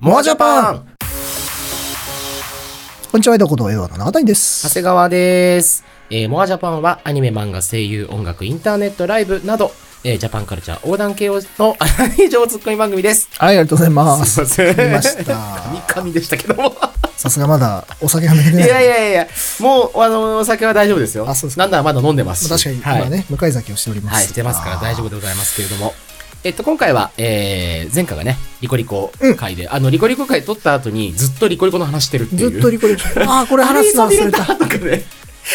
モアジャパンこんにちは、江戸こと江戸の永谷です。長谷川です。えーモアジャパンはアニメ、漫画、声優、音楽、インターネット、ライブなど、えージャパンカルチャー横断系のアラ以上ツッコミ番組です。はい、ありがとうございます。ませ見ました。神々でしたけども。さすがまだお酒が抜けていない。やいやいや、もう、あの、お酒は大丈夫ですよ。あそうですかなんならまだ飲んでますし。まあ確かにはい今ね、向井酒をしております。はい、してますから大丈夫でございますけれども。えっと、今回は、えー、前回がね、リコリコ会で、あの、リコリコ会撮った後にずっとリコリコの話してるっていずう。っとリコリコ。ああ、これあれ話すの忘れた。とかね。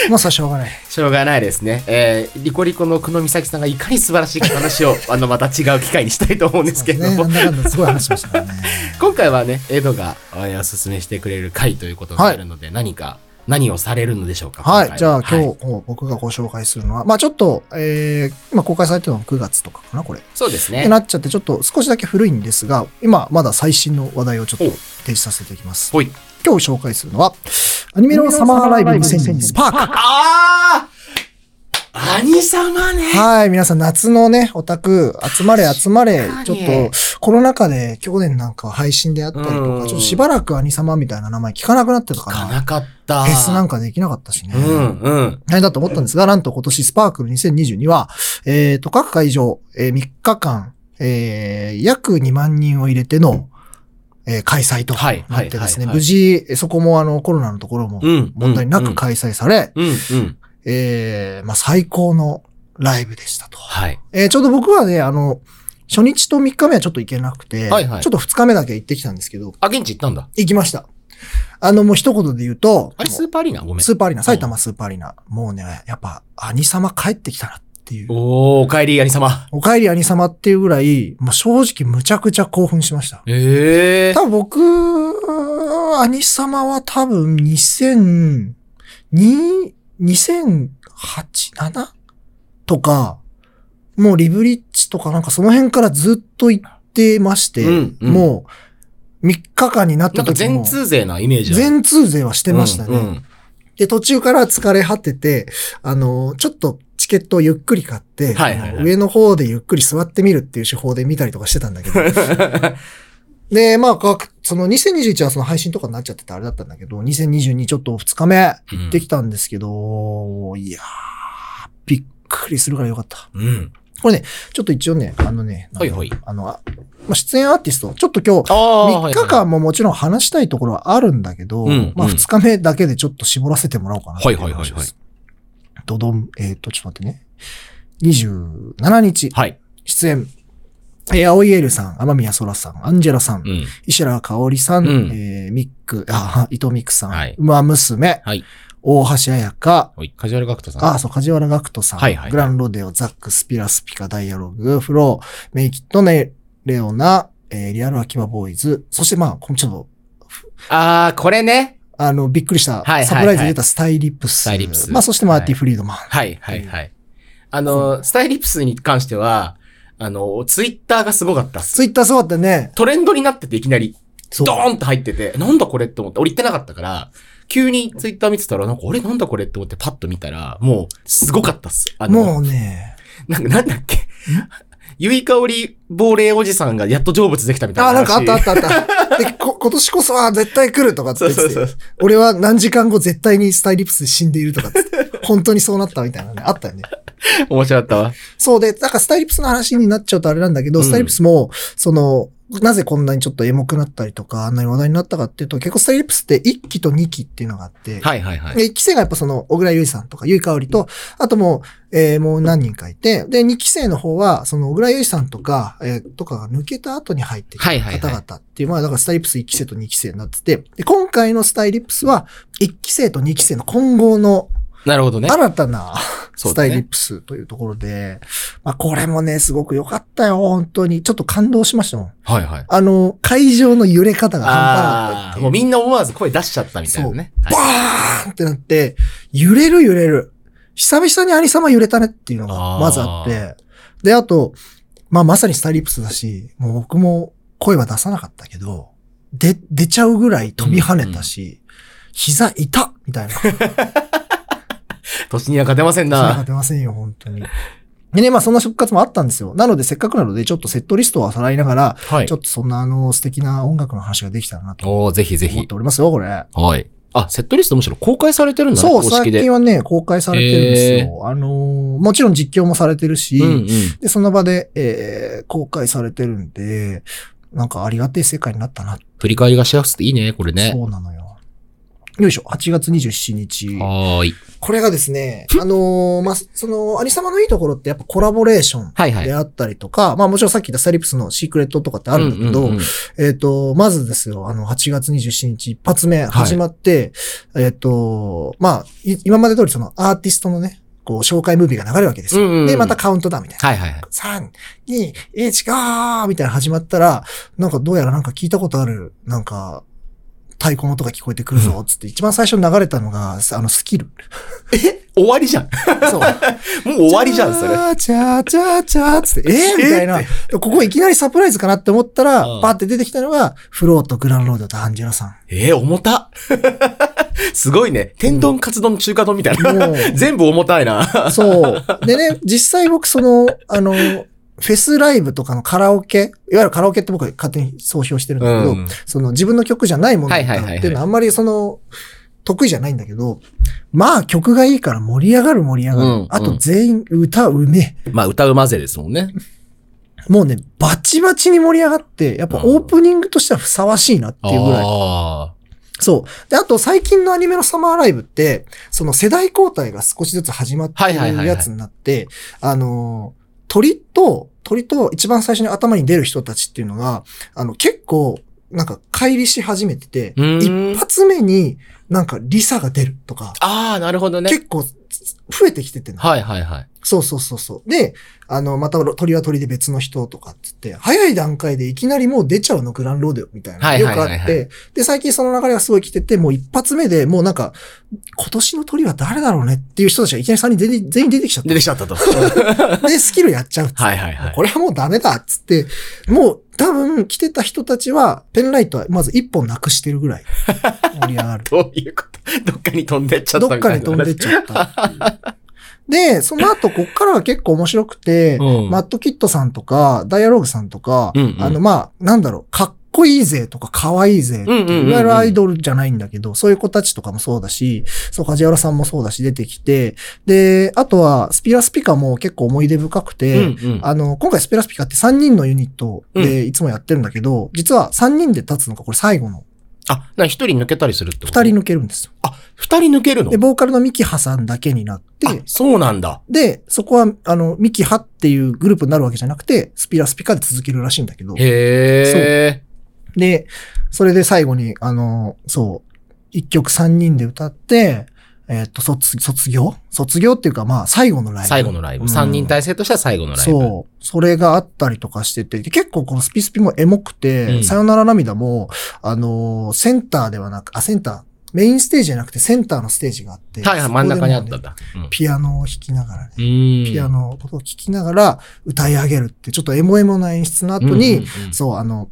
まあ、さしょうがない。しょうがないですね。えー、リコリコの久野美咲さんがいかに素晴らしいか話 を、あの、また違う機会にしたいと思うんですけれどね、なもん、だかんだすごい話しましたからね。今回はね、エドがえーおすすめしてくれる回ということになるので、何か、何をされるのでしょうか。はい。じゃあ今今 日、回ははい僕がご紹介するのは、まあちょっと、えー、今公開されてるのは9月とかかな、これ。っそうですてね。なっちゃって、ちょっと少しだけ古いんですが、今まだ最新の話題をちょっとお提示させていただきます。ほい。今日紹介するのは、アニメのサマーライブ2002スパーク。ああ兄様ねはい、皆さん夏のね、オタク、集まれ集まれ確、かちょにっと、コロナ禍で去年なんかは配信であったりとうか、んちょっとしばらく兄様みたいな名前聞かなくなってたかから、なかった。フェスなんかできなかったしね。うん、うん。大変だと思ったんですが、なんと今年スパークル2022は、えっ、と、各会場、えー3日間、えー約2万人を入れての、えー開催とはいなってですね、はいはい無事、えーそこもあの、コロナのところもうん。問題なく開催され、うん、うん。えーまあ、最高のライブでしたと。はい。えーちょうど僕はね、あの、初日と3日目はちょっと行けなくて、はいはいちょっと2日目だけ行ってきたんですけど、あ、現地行ったんだ。行きました。あの、もう一言で言うと、あれ、スーパーアリーナごめん。スーパーアリーナ、埼玉スーパーアリーナ。もうね、やっぱ、兄様帰ってきたなっていう。おー、お帰り、兄様。お帰り兄様っていうぐらい、もう正直むちゃくちゃ興奮しました。ええ多分僕、兄様は多分2002、2008、7? とか、もうリブリッジとかなんかその辺からずっと行ってまして、うんうんもう3日間になっなたんか時全も、通勢なイメージある。全通勢はしてましたね。 うんうんで、途中から疲れ果てて、あの、ちょっとチケットをゆっくり買って、はいはいはいあの上の方でゆっくり座ってみるっていう手法で見たりとかしてたんだけど。で、まあ、かその2021はその配信とかになっちゃっててあれだったんだけど、2022ちょっと2日目行ってきたんですけど、いやー、びっくりするからよかった。うん。ちょっと一応ね、あのね、なんだろうはいはいあの、あまあ、出演アーティスト、ちょっと今日、ああ、 3日間ももちろん話したいところはあるんだけど、うんまあうん2日目だけでちょっと絞らせてもらおうかなってう話ですはいはいはいはいドドン、えっ、と、ちょっと待ってね。27日、はい。出演。えー、青いエールさん、天宮空さん、アンジェラさん、うん。石原香織さん、うんえーミック、あ、伊藤ミックさん、はいうま娘、はい大橋彩香、はい。カジュアルガクトさん。ああ、そう、梶原学徒さん、はいはいはいグランロデオ、ザック、スピラ、スピカ、ダイアログ、フロー、メイキット、ネ、レオナ、えーリアルアキバボーイズ、そしてまあ、このちょっと、あー、これね。あの、びっくりしいた、はいはいサプライズで出たスタイリップス。スタイリプスまあ、そしてマーティ・フリードマン。はい、はい、はい。あの、スタイリプスに関しては、あの、ツイッターがすごかったっす。ツイッターそうだったね。トレンドになってていきなり。そう。ドーンって入ってて、なんだこれって思って、俺行ってなかったから、急にツイッター見てたら、なんか、俺なんだこれって思ってパッと見たら、もう、すごかったっす。あの、もうね、なんか、なんだっ け。ゆいかおり亡霊おじさんがやっと成仏できたみたいあなあ、なんかあ話。ったあったあ った。で、こ、今年こそは絶対来るとかってそう言ってそうてそう。俺は何時間後絶対にスタイリップスで死んでいるとかって言って、本当にそうなったみたいなのね、あったよね。面白かったわ。そうで、なんかスタイリプスの話になっちゃうとあれなんだけど、うんスタイリプスも、その、なぜこんなにちょっとエモくなったりとか、あんなに話題になったかっていうと、結構スタイリプスって1期と2期っていうのがあって、はいはいはい。で、1期生がやっぱその、小倉優衣さんとか、ゆいかおりと、あともう、えーもう何人かいて、で、2期生の方は、その、小倉優衣さんとか、えーとかが抜けた後に入ってきたはいはいはい方々っていう、まあ、だからスタイリプス1期生と2期生になってて、で、今回のスタイリプスは、1期生と2期生の混合のなるほどね。新たな、 そうスだタねイリップスというところで、まあこれもね、すごく良かったよ、本当に。ちょっと感動しましたもん。はいはい。あの、会場の揺れ方が半端なあくあて、ー、もうみんな思わず声出しちゃったみたいなね。バはいーンってなって、揺れる揺れる。久々に兄様揺れたねっていうのあがーまずあって、で、あと、まあまさにスタイリップスだし、もう僕も声は出さなかったけど、で、出ちゃうぐらい飛び跳ねたし、膝痛っみたいな。年には勝てませんそれがな。出ませんよ、本当に。でね、まあそんな復活もあったんですよ。なのでせっかくなので、ちょっとセットリストをさらいながら、はいちょ。っとそんなあの素敵な音楽の話ができたらなとおーぜひぜ思っひて。おりますよ、これ。はい。あ、セットリストむしろ公開されてるんだね、そう、公式最で。近はね、公開されてるんですよ。あのーもちろん実況もされてるし、うんうん。で、その場で、えー公開されてるんで、なんかありがてえ世界になったな。振り返りがしやすくていいね、これね。そうなのよ。よいしょ、8月27日。はーい。これがですね、あのーまあ、その、アニサマのいいところってやっぱコラボレーションはいはいで。あったりとか、まあもちろんさっき言ったサリプスのシークレットとかってあるんだけど、ううんうんえっ、と、まずですよ、あの、8月27日一発目い始まって、えっ、と、まあ、い今まで通りそのアーティストのね、こう、紹介ムービーが流れるわけですうよ。んうんうんで、またカウントダウンみたいな。はいはいはい。 3、2、1、ゴーみたいな始まったら、なんかどうやらなんか聞いたことある、なんか、太鼓の音が聞こえてくるぞ、つって、一番最初に流れたのが、あの、ス キル。終わりじゃん。もそう。う終わりじゃん、それ。はチャーチャーチャーつ って、えー、みたいな。ここいきなりサプライズかなって思ったらうん、パーって出てきたのが、フロート、グランロードとアンジェラさん。 えー、重たすごいね。天丼、カツ丼、中華丼みたいな。も 全部重たいな。う、そう。でね、実際僕その、あの、フェスライブとかのカラオケ、いわゆるカラオケって僕は勝手に総称してるんだけど、うんその自分の曲じゃないものはだいっはいたはいはいっていうのはあんまりその、得意じゃないんだけど、まあ曲がいいから盛り上がる盛り上がる。うんあと全員歌うめえ。まあ、歌うまぜですもんね。もうね、バチバチに盛り上がって、やっぱオープニングとしてはふさわしいなっていうぐらい。あそう。で、あと最近のアニメのサマーライブって、その世代交代が少しずつ始まってはいはいはいはいるやつになって、あのー、鳥と、鳥と一番最初に頭に出る人たちっていうのが、あの、結構、なんか、乖離し始めてて、うーん一発目になんかリサが出るとか、あ。ああ、なるほどね。結構増えてきててなはいはいはい。そうそうそうそう。で、あの、また鳥は鳥で別の人とかっつって、早い段階でいきなりもう出ちゃうの、グランローデオみたいはな。いよはいくあはいはいって、で、最近その流れがすごい来てて、もう一発目でもうなんか、今年の鳥は誰だろうねっていう人たちがいきなり3人全員全員出てきちゃっ出てきちゃ ったと。た。で、スキルやっちゃうっつって。はいはいはい。これはもうダメだっつって、もう多分来てた人たちは、ペンライトはまず一本なくしてるぐらい盛り上 がる。どういうことどっかに飛んでっちゃったどみたっいな。かに飛んでっちゃったっていう。で、その後、こっからが結構面白くて、うんマットキットさんとか、ダイアログさんとか、うんうんあの、まあ、なんだろう、かっこいいぜとか、かわいいぜってうんうんうんういんう、いわゆるアイドルじゃないんだけど、そういう子たちとかもそうだし、そう、梶原さんもそうだし、出てきて、で、あとは、スピラスピカも結構思い出深くうて、んうん。あの、今回スピラスピカって3人のユニットでいつもやってるんだけど、実は3人で立つのがこれ最後のあ、な、一人抜けたりするってこと2人抜けるんですよ。あ、二人抜けるので、ボーカルのミキハさんだけになって、あ、そうなんだ。で、そこは、あの、ミキハっていうグループになるわけじゃなくて、スピラスピカで続けるらしいんだけど。へえ。で、それで最後に、あの、そう、一曲三人で歌って、えっと、卒、卒業卒業っていうか、まあ、最後のライブ。最後のライうブ。ん三人体制としては最後のライブ。そう。それがあったりとかしてて、で結構このスピスピもエモくて、うんさよなら涙も、あのーセンターではなく、あ、センター、メインステージじゃなくてセンターのステージがあって、はいはい、真ん中にあっそこでたもんうねだ。うんピアノを弾きながらね、うーん。ピアノのことを聞きながら歌い上げるって、ちょっとエモエモな演出の後に、うんうんうんそう、あの、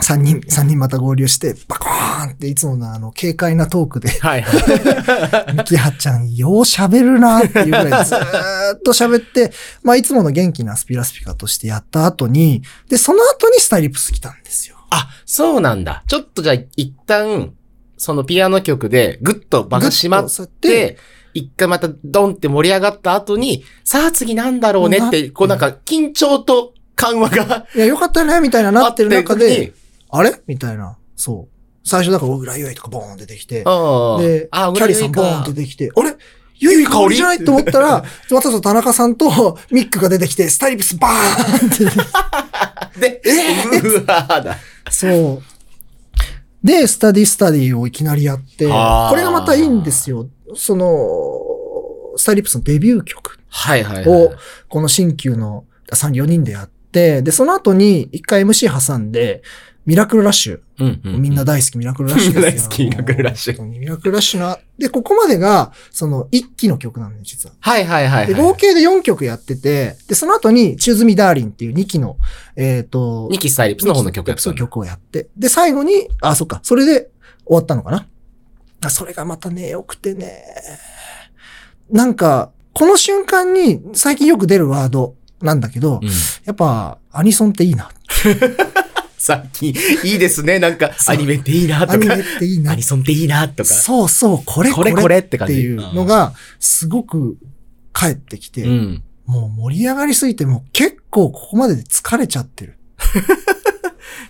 三人、三人また合流して、バコーンっていつものあの、軽快なトークで、 はいはい。ミキハちゃん、よう喋るなっていうぐらいずーっと喋って、まあ、いつもの元気なスピラスピカとしてやった後に、で、その後にスタイリプス来たんですよ。あ、そうなんだ。ちょっとじゃあ、一旦、そのピアノ曲で、ぐっと場が閉まっグッとそうやって、て、一回またドンって盛り上がった後に、さあ次なんだろうねっ、なっててこうなんか緊張と緩和がいや、よかったね、みたいなあなってる中時にで、、あれみたいな。そう。最初だから、小倉優衣とかボーン出てきて、うん。で、キあ、ャリーさんボーンって出てきて、あれゆい香りじゃないと思ったら、またその田中さんとミックが出てき て、スタイリプスバーンって出てきて。で、うわーだ。 そう。で、スタディスタディをいきなりやって、こあーれがまたいいんですよ。その、スタイリプスのデビュー曲はいはい、はい。を、この新旧の3、4人でやって、で、その後に一回 MC 挟んで、ミラクルラッシュ。うんうみんな大好きミラクルラッシュです大好よ。きミラクルラッシュ本当にミラクルラッシュな。で、ここまでが、その、一期の曲なんで、実は。はいはいはい、はい。で、合計で4曲やってて、で、その後に、チューズミダーリンっていう2期の、えっ、と、ニキスタイリプスの方の曲やったそんう、だ。曲をやって。で、最後に、あ、そっか、それで終わったのかな。あそれがまたね、良くてね。なんか、この瞬間に最近よく出るワードなんだけど、うんやっぱアニソンっていいな。最近、いいですね。なんか、そアうニメっていいなアとニかメ、っていいアなニ。ソンっていいなとか。そうそう、これここれれこれって感ってじいうのが、すごく返ってきて、うん。もう盛り上がりすぎて、もう結構ここまでで疲れちゃってる。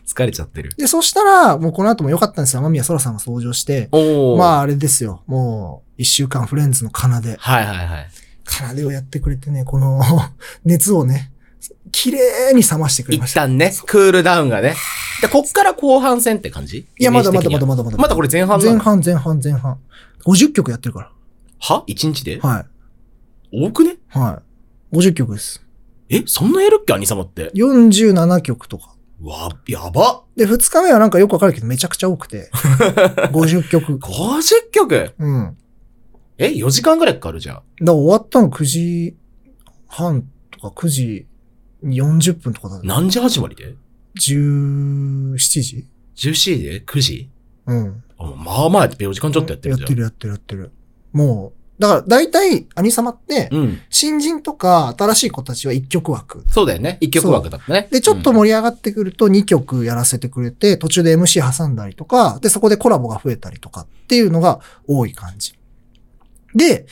疲れちゃってる。で、そしたら、もうこの後も良かったんですよ。天宮空さんが登場して、おお。まあ。ああれですよ。もう、一週間フレンズの奏で、はいはいはい。奏でをやってくれてね、この 熱をね、綺麗に冷ましてくれまし一た。旦ね、クールダウンがね。で、こっから後半戦って感じいや、まだまだまだままだまだ。だ。まだこれ前半なの前半、前半、前半。50曲やってるかは一日でら。は多くねい。はい。50曲です。え、そんなやるっけ兄様って。 47曲とか。わ、やば。で、2日目はなんかよくわかるけど、めちゃくちゃ多く て。50曲。 50曲うん。え、4時間ぐらいかかるじゃん。だから終わったの9時半とか9時40分とかだね。何時始まりで17時 ?10 時で ?9 時うん。あまあまあ、4時間ちょっとやってるじゃん。やってるやってるやってる。もう、だから大体、アニ様って、うん。新人とか新しい子たちは1曲枠。そうだよね。一曲枠だったね。で、ちょっと盛り上がってくると2曲やらせてくれて、途中で MC 挟んだりとか、で、そこでコラボが増えたりとかっていうのが多い感じ。で、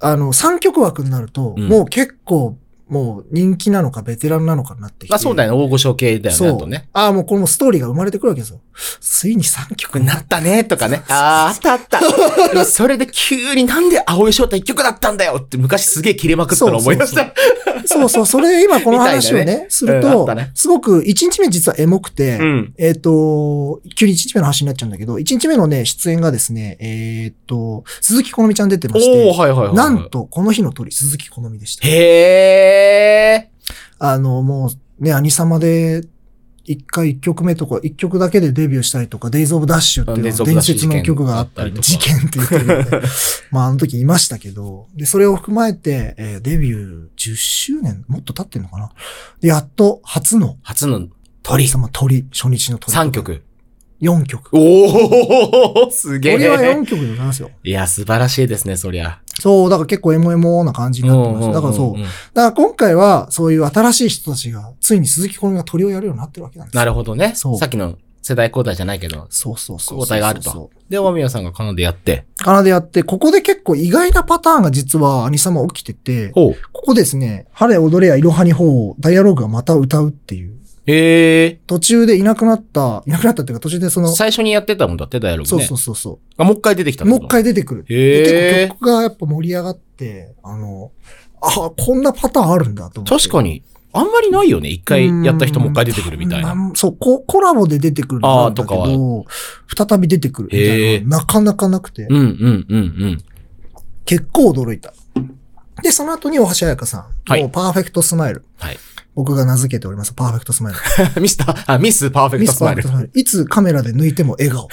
あの、3曲枠になると、うんもう結構、もう人気なのかベテランなのかになってきて。まあそうだよね。大御所系だよね。そあうとね。ああ、もうこれもストーリーが生まれてくるわけですよ。ついに3曲にななっったね、とかね。ああ、あったあった。でも それで急になんで青い翔太一曲だったんだよって昔すげえ切れまくったの思い出しそうた。た。そうそう、それ今この話を みたいね、するうんあっとたね、すごく1日目実はエモくて、うん。えっ、と、急に1日目の話になっちゃうんだけど、1日目のね、出演がですね、えっ、と、鈴木好美ちゃん出てましおおて、はいはいはい。なん。と、この日の鳥、鈴木好美でした。へえ。あの、もう、ね、アニサマで、一回一曲目とか、一曲だけでデビューしたりとか、デイズ・オブ・ダッシュっていううん Days の of Dash 伝説の曲があったり、事事件件って言ってるん で、まあ、あの時いましたけど、で、それを踏まえて、えーデビュー10周年、もっと経ってんのかなで、やっと初の、初の鳥。様鳥、初日の鳥。 3。曲。 4曲。おおすげ鳥はえ。 4曲でございますよ。いや、素晴らしいですね、そりゃ。そう、だから結構エモエモな感じになってまうんうんうんうんす。だからそう。だから今回は、そういう新しい人たちが、ついに鈴木好美が鳥をやるようになってるわけなんですよなるほどね。そうさっきの世代交代じゃないけど。そうそうそうそう。交代があるとそうで、大宮さんがカナでやって。そう。奏でやって、ここで結構意外なパターンが実はアニサマ起きてて、ほう。ここですね、晴れ踊れやいろはにほう、ダイアローグがまた歌うっていう。へえ。途中でいなくなった、いなくなったっていうか途中でその、最初にやってたもんだって、ダイアログね。そうそうそうそあ、もう一回出てきたう。もう一。回出てくる。でへ結え構。曲がやっぱ盛り上がって、あの、あ、こんなパターンあるんだと思って。確かに、あんまりないよね。一回やった人もう一回出てくるみたいな。うん。そう、こコラボで出てくるのがあるんだけあど、再び出てくるみたへえいなのがなかなかなくてう、んうんうんうん。結構驚いた。で、その後に大橋彩香さん、はいもうパーフェクトスマイル。はい僕が名付けております、パーフェクトスマイ ル。ミスター、あ、ミスパーフェクミトススパーマフイェルクト。スマイル。いつカメラで抜いても 笑顔。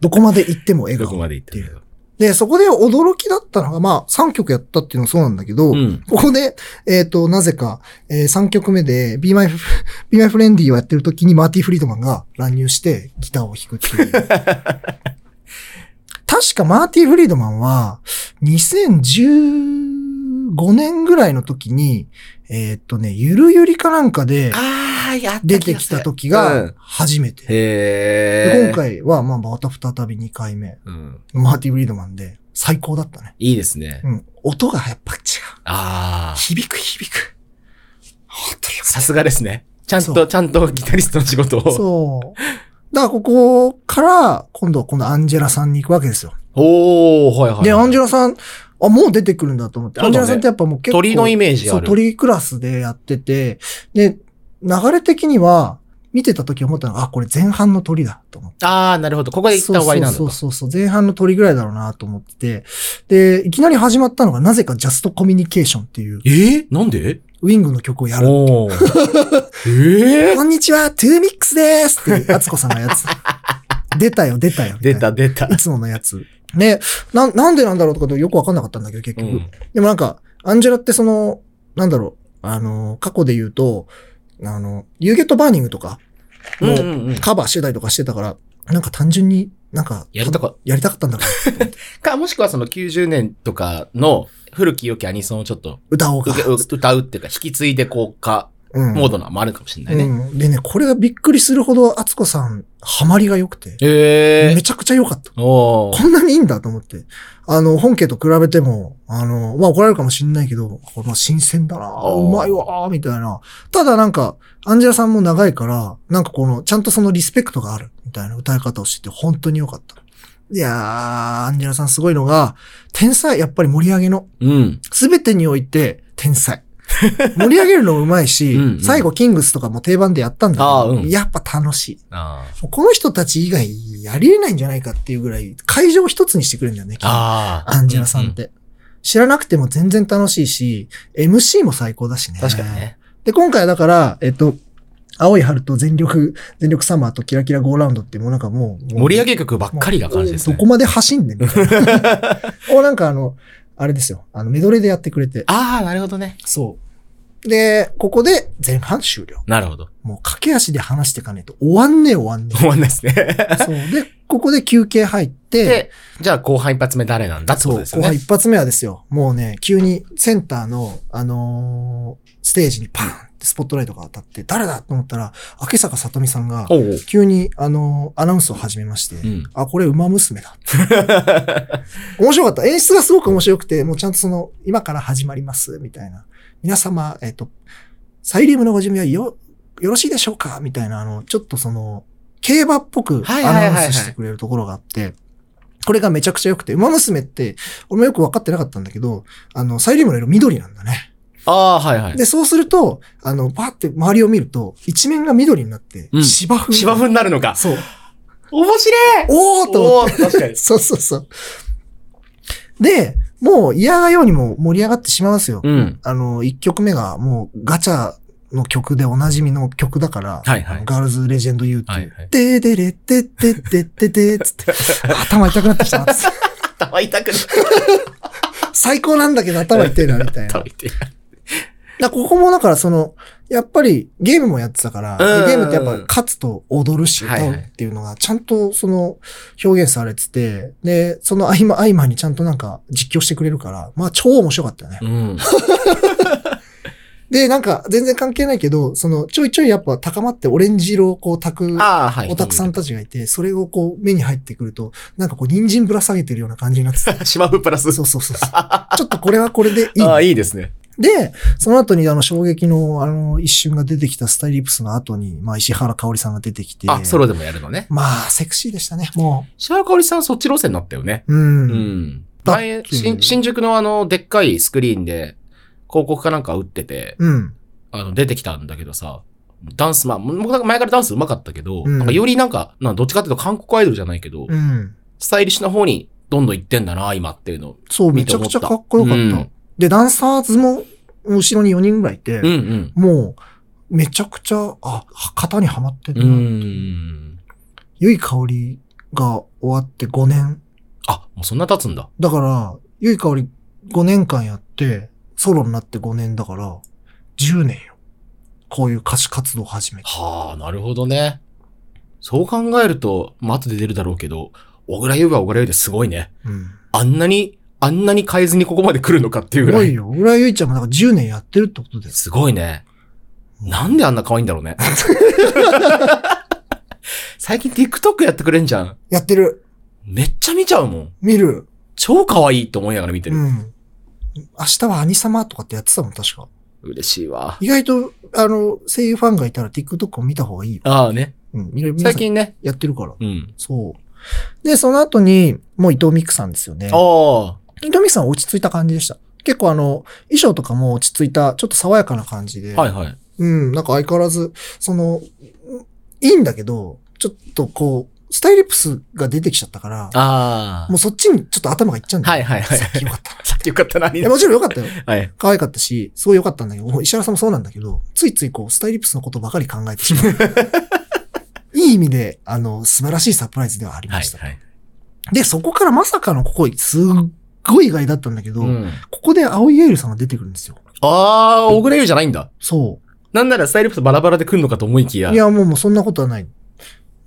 どこまで行っても笑どこ顔。まで行ってるで、そこで驚きだったのが、まあ、3曲やったっていうのもそうなんだけど、うん。ここで、えっ、と、なぜか、え3曲目で、Be My, Be My Friendy をやってる時にマーティ・フリードマンが乱入してギターを弾くって いう。確かマーティ・フリードマンは、2015年ぐらいの時に、えっ、とね、ゆるゆりかなんかでああ、やった出てきた時が。初めて。へでえ。今。回は、まあ、また再び2回目、うん。マーティ・フリードマンで最高だったね。いいですね。うん。音がやっぱ違う。ああ。響く響く。本当によかったさすがですね。ちゃんそと、うちゃんとギタリストの仕事を。そう。だからここから、今度はこのアンジェラさんに行くわけですよ。おおはいはいはい。で、アンジェェラさん、あ、もう出てくるんだと思って。そアうだねンジェラさんってやっぱもう結構。鳥のイメージあるそう、鳥クラスでやってて、で、流れ的には、見てた時思ったのが、あ、これ前半の鳥だと思って。ああ、なるほど。ここで一旦終わりなんだそとう。そうそうそう、前半の鳥ぐらいだろうなと思ってて。で、いきなり始まったのが、なぜかジャストコミュニケーションっていう、えーなんでウィングの曲をやる。お お。ええこんにちは、トゥーミックスですっていう、アツコさんのやつ。出たよ、出たよ。みい出なた出たい。つものやつ。ね、な、なんでなんだろうとかよくわかんなかったんだけど、結う局。ん。でもなんか、アンジェラってその、なんだろう、あの、過去で言うと、あの、You Get Burning とか、うもんううんうん。カバーしてたりとかしてたから、なんか単純になんか、やりたかやりたかったんだろうか、もしくはその90年とかの、古き良きアニソンをちょっ と歌おうか受。け歌うっていうか、引き継いでこうか、うんモードなのもあるかもしれないね。うん。でね、これがびっくりするほど、敦子さん、ハマりが良くて、ええめちゃくちゃ良かった。ー。おーこんなにいいんだと思って。あの、本家と比べても、あの、まあ怒られるかもしんないけど、この新鮮だな、あーうまいわ、みたいな。ただなんか、アンジェラさんも長いから、なんかこの、ちゃんとそのリスペクトがある、みたいな歌い方をしてて、本当に良かった。いやー、アンジェラさんすごいのが、天才、やっぱり盛り上げの、うん。すべてにおいて、天才。盛り上げるのうまいし、 うんうん最後、キングスとかも定番でやったんだけどあーうんやっぱ楽しい。あーもうこの人たち以外やりえないんじゃないかっていうぐらい、会場を一つにしてくれるんだよね、きっとあー。アンジェラさんって。知らなくても全然楽しいし、MC も最高だしね。うん。確かに。ね。で、今回はだから、えっと、青い春と全力、全力サマーとキラキラゴーラウンドってもうなんかもう、盛り上げげ曲ばっかりな感じですねど。こまで走んねんみたいな。 こうなんかあの、あれですよ。あの、メドレーでやってくれて。ああ、なるほどね。そう。で、ここで前半終了。なるほど。もう駆け足で話してかねえと終わんねえ終わんねえ。終わんないですね。そう。で、ここで休憩入っ て、で、じゃあ後半一発目誰なんだってこそとう、ですよ後ね。半一発目はですよ。もうね、急にセンターの、あのーステージにパーンってスポットライトが当たって、誰だと思ったら、明坂さとみさんが、おうおう急に、あのーアナウンスを始めまして、うん。あ、これ、馬娘だ。 面白かった。演出がすごく面白くて、もうちゃんとその、今から始まります、みたいな。皆様、えっ、と、サイリウムのご準備はよ、よろしいでしょうかみたいな、あの、ちょっとその、競馬っぽくはいはアいはいはいナウンスしてくれるところがあって、これがめちゃくちゃ良くて、馬娘って、俺もよく分かってなかったんだけど、あの、サイリウムの色緑なんだね。ああ、はいはい。で、そうすると、あの、バーって周りを見ると、一面が緑になってう、ん芝生。芝生になるのか。そう。面白いおーっと思っておー確か に。そうそうそう。で、もう嫌がようにも盛り上がってしまいますよ。うん。あの、1曲目がもうガチャの曲でおなじみの曲だから、はいはいガールズレジェンド U ってはいいうはい、 ででれでででででつって、頭痛くなって きたなっつって。頭痛くな最高なんだけど頭痛いな、みたいな。頭だか痛い。らここもだからその、やっぱりゲームもやってたから、うんゲームってやっぱ勝つと踊るし、はいは歌ういっていうのがちゃんとその表現されてて、で、その合間合間にちゃんとなんか実況してくれるから、まあ超面白かったよね。うん。で、なんか全然関係ないけど、そのちょいちょいやっぱ高まってオレンジ色をこう炊くああ、はい。オタクさんたちがいて、それをこう目に入ってくると、なんかこう人参ぶら下げてるような感じになって た。芝生プラス。そうそうそうそう。ちょっとこれはこれでいいあなあ、いいですね。で、その後にあの衝撃のあの一瞬が出てきたスタイリプスの後に、まあ石原香織さんが出てきて、あ、ソロでもやるのね。まあセクシーでしたね、も石原かおりさんそっち路線になったよね。う。うん。うん。だ前、新新宿のあの、でっかいスクリーンで、広告かなんか打ってて、うん。あの、出てきたんだけどさ、ダンス、まあ、もう前からダンス上手かったけど、うんなんかよりなんか、なんかどっちかっていうと韓国アイドルじゃないけど、うん。スタイリッシュな方にどんどん行ってんだな、今っていうの。そう、め見ちてゃ思くっちゃたかっこよかった。で、ダンサーズも後ろに4人ぐらいいて、うんうん。もう、めちゃくちゃ、あ、型にはまってうるな。ん。ゆいかおりが終わって5年。あ、もうそんな経つんだ。だから、ゆいかおり5年間やって、ソロになって5年だから、10年よ。こういう歌手活動を始めて。はあ、なるほどね。そう考えると、まあ、後で出るだろうけど、小倉優は小倉優ですごいね。うん。あんなに、あんなに変えずにここまで来るのかっていうぐすらごい。いよ。浦井ゆいちゃんもだから10年やってるってことです。すごいね。なんであんな可愛いんだ ろうね。最近 TikTok やってくれんじゃん。やってる。めっちゃ見ちゃうもん。見る。超可愛いと思いながら見てうる。ん。明日は兄様とかってやってたもん、確か。嬉しいわ。意外と、あの、声優ファンがいたら TikTok を見た方がいいよ。ああね。うん。みんな最近ね。やってるから。うん。そう。で、その後に、もう伊藤美久さんですよね。ああ。伊藤美久さんは落ち着いた感じでした。結構あの、衣装とかも落ち着いた、ちょっと爽やかな感じで。はいはい。うん、なんか相変わらず、その、いいんだけど、ちょっとこう、スタイリプスが出てきちゃったから、ああもう。そっちにちょっと頭がいっちゃうんだはよ。いはいはいさ。っきよか ったなさっきよかったな、はいいや。もちろんよかったよ。はい。可愛かったし、すごい良かったんだけど、もう石原さんもそうなんだけど、ついついこう、スタイリプスのことばかり考えてしま う。いい意味で、あの、素晴らしいサプライズではありました。はい。で、そこからまさかのここ、すっごい意外だったんだけど、うん。ここで青井エイルさんが出てくるんですよ。ああ、小倉優じゃないんだ。そなんならスタイルプスバラバラで来るのかと思いきや。う。いや、もうもうそんなことはない。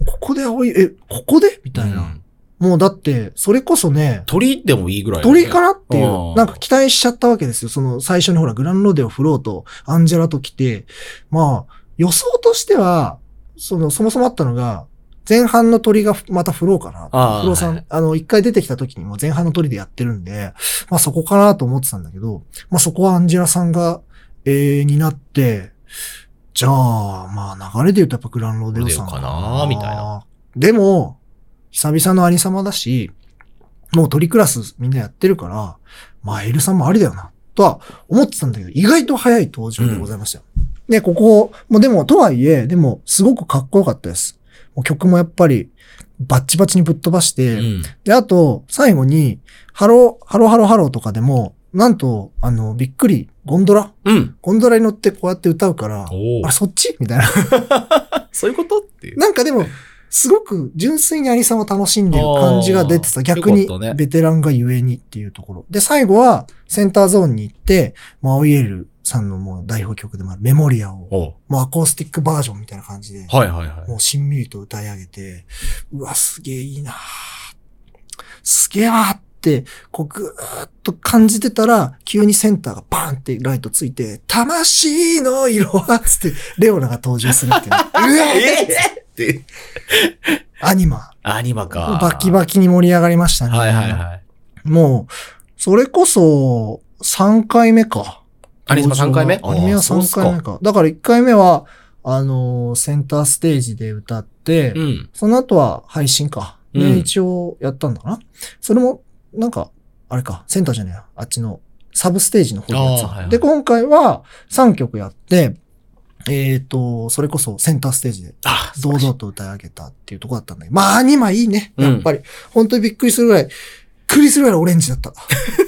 ここで青井、え、ここでみうたいな。ん、もうだって、それこそね、鳥でもいいぐらいだね、鳥かなっていあうあ、なんか期待しちゃったわけですよ。その最初にほら、グランロデを振ろうと、アンジェラと来て、まあ、予想としては、その、そもそもあったのが、前半の鳥がまた振ろうかな。ああフローさはんい、あの、一回出てきた時にも前半の鳥でやってるんで、まあそこかなと思ってたんだけど、まあそこはアンジェラさんが、えー、になって、じゃあ、まあ流れで言うとやっぱグランロデオさんロデオかなみたいな。でも、久々の兄様だし、もう鳥クラスみんなやってるから、まあエルさんもありだよな、とは思ってたんだけど、意外と早い登場でございましたよ。ね、ここ、もうでも、とはいえ、でも、すごくかっこよかったです。もう曲もやっぱり、バッチバチにぶっ飛ばして、うん。で、あと、最後に、ハロー、ハローハローハローとかでも、なんと、あの、びっくり、ゴンドラうん。ゴンドラに乗ってこうやって歌うから、あおおれ、。そっちみたいな。そういうことっていう。なんかでも、すごく純粋にアニさんを楽しんでる感じが出てあーた。逆によかったね、ベテランがゆえにっていうところ。で、最後は、センターゾーンに行って、マオイエルさんのもう代表曲でもある、メモリアを、おうもうアコースティックバージョンみたいな感じで、はいはいはもうしんみりと歌い上げて、うわ、すげえいいなあすげえわあって、こうぐーっと感じてたら、急にセンターがバーンってライトついて、魂の色はつって、レオナが登場する っていうね。うわい。ええーって。アニマ。アニマか。バキバキに盛り上がりましたね。はいはいはい。もう、それこそ、3回目か。アニマ3回目アニメは3回目か。だから1回目は、あのーセンターステージで歌って、目うん。その後は配信か。で、うん一応やったんだかな。それも、なんか、あれか、センターじゃねえや。あっちの、サブステージの方のやつ。あーはいはいで、今回は3曲やって、えっ、と、それこそセンターステージであ、堂々と歌い上げたっていうとこだったんだけど、まあ、アニマいいね。うんやっぱり。本当にびっくりするぐらい、びっくりするぐらいオレンジ だった。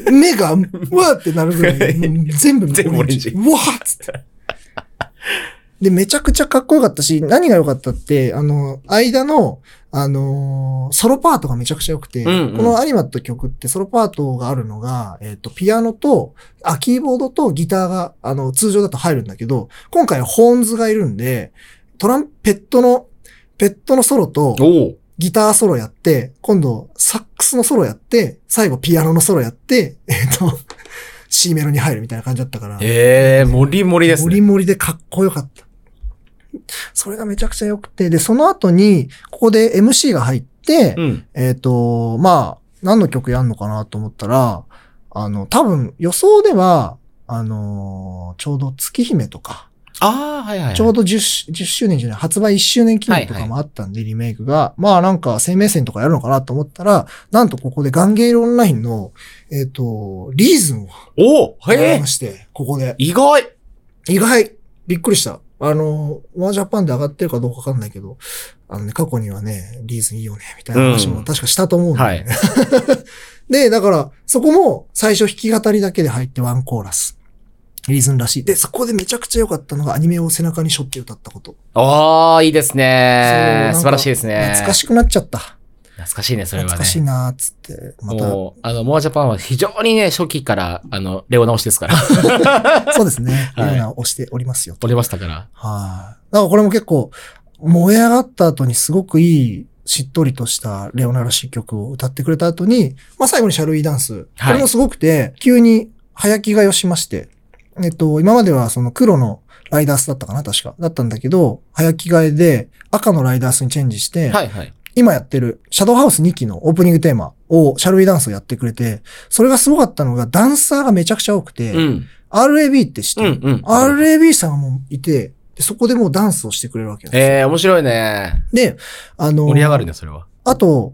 目が、うわーってなるぐらい、もう全部全部オレンジうわーっつって。で、めちゃくちゃかっこよかったし、何が良かったって、あの、間の、あのーソロパートがめちゃくちゃ良くて、うんうんこのアニマって曲ってソロパートがあるのが、えっ、と、ピアノと、あ、キーボードとギターが、あの、通常だと入るんだけど、今回はホーンズがいるんで、トランペットの、ペットのソロと、おうギターソロやって、今度、サックスのソロやって、最後ピアノのソロやって、 えっ、と、C メロに入るみたいな感じだったから、ええ、もりもりですモね。リモリでかっこよかった。それがめちゃくちゃ良くて、で、その後に、ここで MC が入って、うん。えっ、と、まあ、何の曲やんのかなと思ったら、あの、多分予想では、あのーちょうど月姫とか、ああ、はいはいはい。ちょうど 10, し10周年じゃない、発売1周年記念とはいはかいもあったんで、リメイクが。まあなんか生命線とかやるのかなと思ったら、なんとここでガンゲールオンラインの、えっ、と、リーズンをおうやへりえまして、ここで。意外意外びっくりした。あの、ワージャパンで上がってるかどうかわかんないけど、あのね、過去にはね、リーズンいいよね、みたいな話うんも確かしたと思うんで、はい。で、だから、そこも最初弾き語りだけで入ってワンコーラス。リーズンらしい。で、そこでめちゃくちゃ良かったのがアニメを背中に背負って歌ったこと。ああ、いいですね。そう素晴らしいですね。懐かしくなっちゃった。懐かしいね、それはね。懐かしいなーっつって、また、もう、あの、モアジャパンは非常にね、初期から、あの、レオ直しですから。 そうですね、はいレオナを押しておりますよと。取れましたから。はい。だからこれも結構、燃え上がった後にすごくいい、しっとりとしたレオナらしい曲を歌ってくれた後に、まあ最後にシャルイダンス。はいこれもすごくて、急に早着替えをしまして、えっと、今まではその黒のライダースだったかな、確か。だったんだけど、早着替えで赤のライダースにチェンジして、はいはい。今やってる、シャドウハウス2期のオープニングテーマを、シャルウィダンスをやってくれて、それがすごかったのが、ダンサーがめちゃくちゃ多くて、うん。 RAB って知ってうんる、うん。 ?RAB さんがもういて、でそこでもうダンスをしてくれるわけなんですよ。ええ、面白いね。で、あの、盛り上がるね、それは。あと、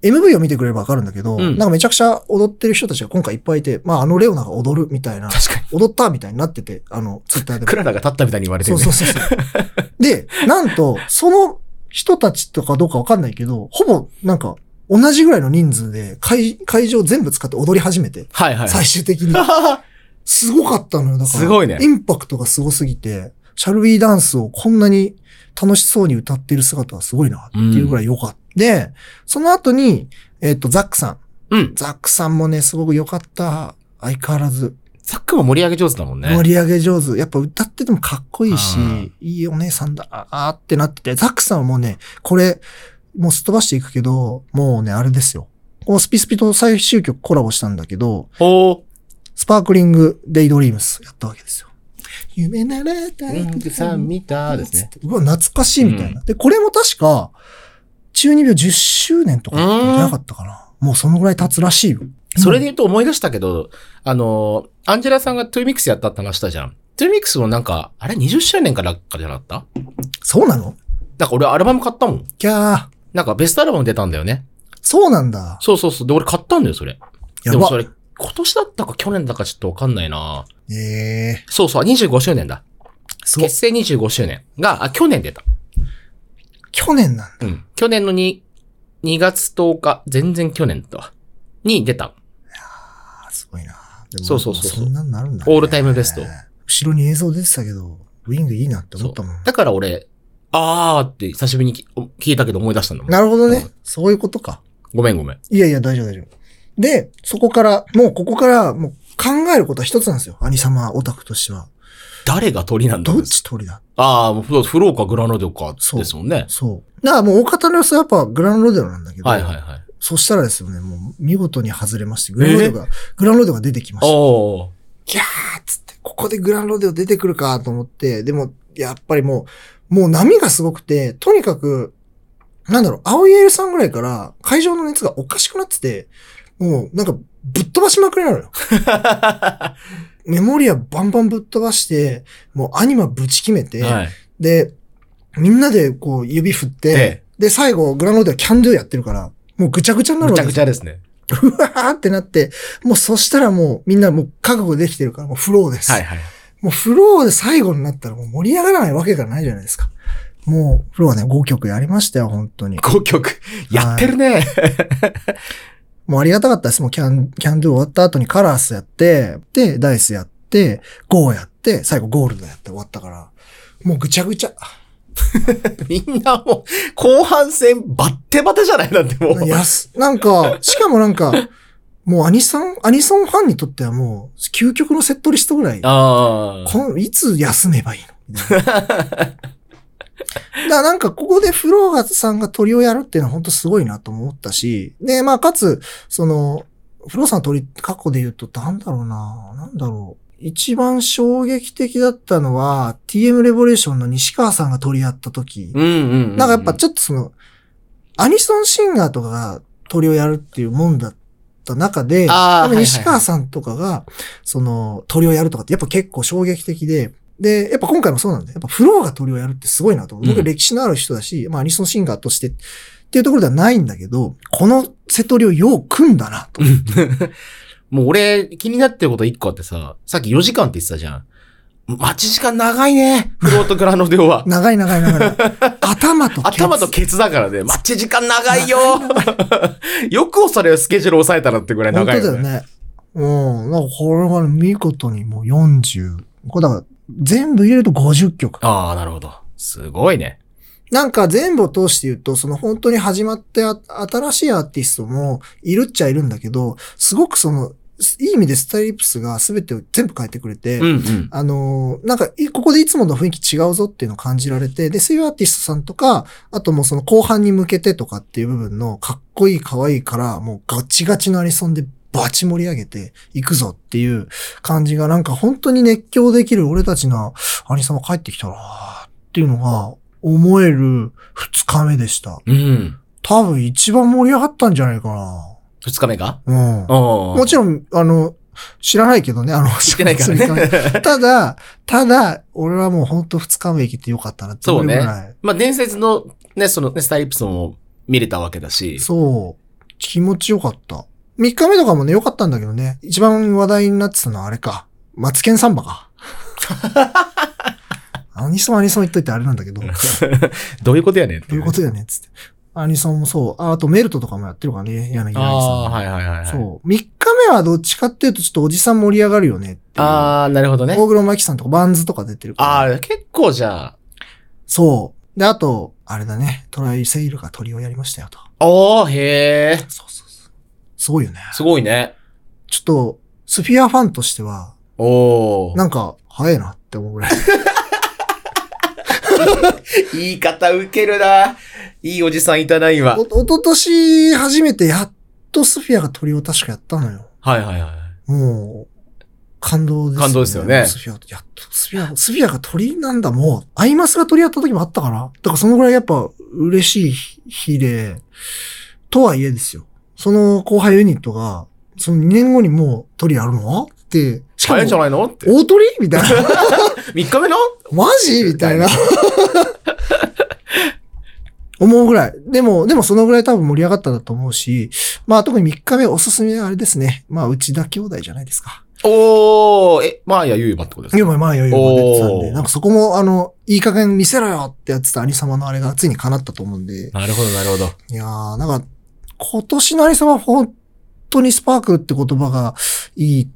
MV を見てくれればわかるんだけど、うんなんかめちゃくちゃ踊ってる人たちが今回いっぱいいて、まああのレオナが踊るみた いな、確かに。踊ったみたいになってて、あの、ツイッターでもクララが立ったみたいに言われてそるうね。そうそうそう。で、なんと、その人たちとかどうかわかんないけど、ほぼ、なんか、同じぐらいの人数で会、会場全部使って踊り始めて、はいはい。最終的に。すごかったのよ、だから。すごいねインパクトがすごすぎて、シャルウィーダンスをこんなに楽しそうに歌ってる姿はすごいな、っていうぐらい良かった。で、その後に、えっ、と、ザックさん。 うん。ザックさんもね、すごく良かった。相変わらず。ザックも盛り上げ上手だもんね。盛り上げ上手。やっぱ歌っててもかっこいいしうん、いいお姉さんだ、あーってなってて、ザックさんはもうね、これ、もうすっ飛ばしていくけど、もうね、あれですよ。このスピスピと最終曲コラボしたんだけど、おー。スパークリング・デイドリームスやったわけですよ。夢なら大リンクさん見たですね。。うわ、懐かしいみたいな。で、これも確か、中二病10周年とかだったんじゃなかったかな。もうそのぐらい経つらしいよ。それで言うと思い出したけど、あの、アンジェラさんがトゥーミックスやったって話したじゃん。トゥーミックスもなんか、あれ20周年かなんかじゃなかったそうなのなんか俺アルバム買ったもん。キャー。なんかベストアルバム出たんだよね。そうなんだ。そうそうそう。で、俺買ったんだよ、それ。でやもばそ。れ、今年だったか去年だかちょっとわかんないなええそうそう、25周年だ。そう。結成25周年が、あ、去年出た。去年なんうだ。ん。去年の2、2月10日、全然去年だわ。に出た。あすごいな。でもそうそうそうそうそんなんなるんだ、オールタイムベスト。後ろに映像出てたけど、ウィングいいなって思ったもん。だから俺、あーって久しぶりにき聞いたけど思い出したんだもん。なるほどうねん。そういうことか。ごめんごめん。いやいや、大丈夫大丈夫。で、そこから、もうここから、もう考えることは一つなんですよ。兄様オタクとしては。誰が鳥なんだどっち通りだああ、もうそうフローかグラノドかそうですもんね。そう。だからもう大方の様子はやっぱグランロデオなんだけど、はいはいはい。そしたらですよね、もう見事に外れまして、グランロデオが、グランロデオが出てきました。おー。ギャーっつって、ここでグランロデオ出てくるかと思って、でも、やっぱりもう、もう波がすごくて、とにかく、なんだろう、青いエールさんぐらいから会場の熱がおかしくなってて、もうなんかぶっ飛ばしまくりなのよ。メモリアバンバンぶっ飛ばして、もうアニマぶち決め て、はい。で、みんなでこう指振って、えで、最後、グランロードはキャンドゥやってるから、もうぐちゃぐちゃになえ、るぐわちけゃでぐすちゃですね。よ。うわーってなって、もうそしたらもうみんなもう覚悟できてるから、もうフローです。はいはい。もうフローで最後になったらもう盛り上がらないわけがないじゃないですか。もう、フローはね、5曲やりましたよ、本当に。 5曲。やってるね。もうありがたかったです。もうキャン、キャンドゥ終わった後にカラースやって、で、ダイスやって、ゴーやって、最後ゴールドやって終わったから、もうぐちゃぐちゃ。みんなもう、後半戦バッテバテじゃないなんてもう。やす、なんか、しかもなんか、もうアニソン、アニソンファンにとってはもう、究極のセットリストぐらい、ああ。この、いつ休めばいいのみたいな だからなんか、ここでフローガさんが鳥をやるっていうのは本当すごいなと思ったし、で、まあ、かつ、その、フローさんの鳥、過去で言うと、なんだろうな、なんだろう。一番衝撃的だったのは、TM レボリューションの西川さんが鳥やった時。うんうんうんうん。なんかやっぱちょっとその、アニソンシンガーとかが鳥をやるっていうもんだった中で、あーやっぱはいはいはい西川さんとかが、その、鳥をやるとかってやっぱ結構衝撃的で、で、やっぱ今回もそうなんだよ。やっぱフローが鳥をやるってすごいなと思う。う僕ん歴史のある人だし、まあアニソンシンガーとしてっていうところではないんだけど、この瀬戸りをよう組んだな と。。もう俺、気になってること一個あってさ、さっき4時間って言ってたじゃん。待ち時間長いね。フロートグラノデオは 長い長い長い。頭とケツ頭とケツだからね、待ち時間長いよ よくそれをスケジュール抑えたなってぐらい本当長いだよね。よね。うん。なんかこれはね見事にもう40。これだから、全部入れると50曲。ああ、なるほど。すごいね。なんか全部を通して言うと、その本当に始まってあ新しいアーティストもいるっちゃいるんだけど、すごくその、いい意味でスタイリプスが全てを全部変えてくれて、うんうん。あのーなんか、いここでいつもの雰囲気違うぞっていうのを感じられて、で、そういうアーティストさんとか、あともうその後半に向けてとかっていう部分のかっこいい可愛いから、もうガチガチのアニソンでバチ盛り上げていくぞっていう感じが、なんか本当に熱狂できる俺たちのアニソンが帰ってきたなーっていうのが思える二日目でした。うん。多分一番盛り上がったんじゃないかな。二日目かうん。ももちろん、あの、知らないけどね、あの、知行ってないからね。ただ、ただ、俺はもうほんと二日目行けてよかったなって思うぐらい。 まあ伝説のね、そのね、スタイリプソンも見れたわけだし。そう。気持ちよかった。三日目とかもね、よかったんだけどね。一番話題になってたのはあれか。マツケンサン バか。アニソンアニソン言っといてあれなんだ けど。どどういうことやねんういうことだよね、つって。アニソンもそう。ああとメルトとかもやってるからね、あ柳柳さん。あー、はいはいはいはい。そう。三日目はどっちかっていうと、ちょっとおじさん盛り上がるよねっていう。ああ、なるほどね。大黒摩季さんとかバンズとか出てるから。ああ、結構じゃあ、そう。で、あと、あれだね、トライセイルが鳥をやりましたよと。おー、へえ。そうそうそう。すごいよね。すごいね。ちょっと、スフィアファンとしては、おー。なんか、早いなって思うぐらい。言い方ウケるな。いいおじさんいたな、今。はいお、おととし初めてやっとスフィアが鳥を確かやったのよ。はいはい。もう、感動です、感動ですよねスフィア、やっと、スフィア、スフィアが鳥なんだ、もう。アイマスが鳥やった時もあったから。だからそのぐらいやっぱ嬉しい日で、とはいえですよ。その後輩ユニットが、その2年後にもう鳥やるのって、しか早いんじゃも、ないのって。大鳥みたいな。 3日目のマジみたいな。 思うぐらい。でも、でもそのぐらい多分盛り上がったんだと思うし、まあ特に3日目おすすめはあれですね。まあ内田兄弟じゃないですか。おー、え、まあいや、ゆうばってことですかいや、まあまあ、いやいや、まあ出てたんおで、ーなんかそこも、あの、いい加減見せろよってやってた兄様のあれがついに叶ったと思うんで、なるほど、なるほど。いやー、なんか、今年の兄様は本当にスパークって言葉がいい、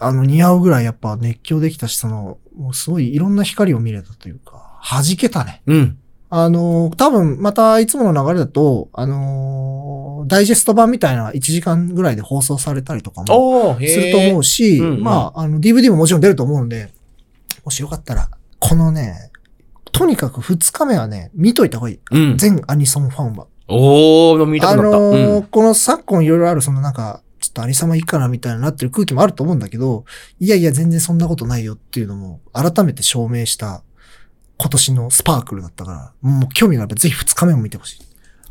あの、似合うぐらいやっぱ熱狂できたし、その、もうすごいいろんな光を見れたというか、弾けたね。うん。あのー、多分またいつもの流れだと、あのーダイジェスト版みたいな1時間ぐらいで放送されたりとかも。おー、へーすると思うし、うんうんまあ、あの、DVD ももちろん出ると思うんで、もしよかったら、このね、とにかく2日目はね、見といた方がいい。うん。全アニソンファンは。おー、見たあくなった。のーうん。この昨今いろいろある、そのなんか、ちょっとアニ様いいかなみたいになってる空気もあると思うんだけど、いやいや、全然そんなことないよっていうのも、改めて証明した、今年のスパークルだったから、もう興味があればぜひ2日目も見てほしい。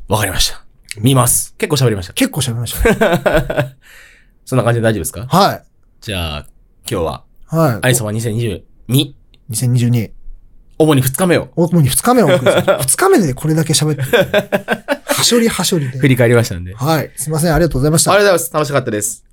わかりました。見ます。結構喋りまし結構喋り ましたね。た。そんな感じで大丈夫ですかはい。じゃあ、今日は、はい。アニソンは2022、 2022。主に2日目を主に2日目をお送りする。2日目でこれだけ喋ってる。はしょりはしょり で振。り返りましたんで。ありがはい。すいません。ありがとうございましたとうご。ざいます。楽しかったです。